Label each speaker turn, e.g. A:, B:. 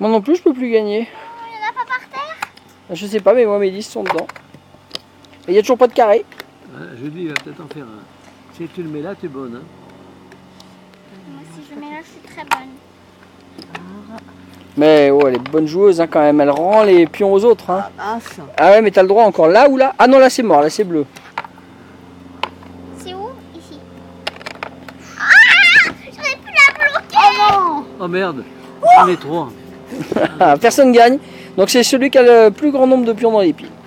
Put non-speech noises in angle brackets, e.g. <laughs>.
A: Moi non plus, je peux plus gagner.
B: Il n'y en a pas par terre
A: Je sais pas, mais moi mes 10 sont dedans. Et il n'y a toujours pas de carré.
C: Hein, je dis, il va peut-être en faire un. Si tu le mets là, tu es bonne. hein.
B: Moi, si je mets là, je suis très bonne.
A: Mais ouais, elle est bonne joueuse hein, quand même. Elle rend les pions aux autres. hein.
D: Ah mince.
A: Ah ouais, mais t'as le droit encore là ou là Ah non, là c'est mort, là c'est bleu. <laughs>
B: C'est où Ici. Ah Je n'ai plus la bloquer Oh non
C: Oh merde On est trois.
A: Ah, Personne gagne. Donc c'est celui qui a le plus grand nombre de pions dans les piles.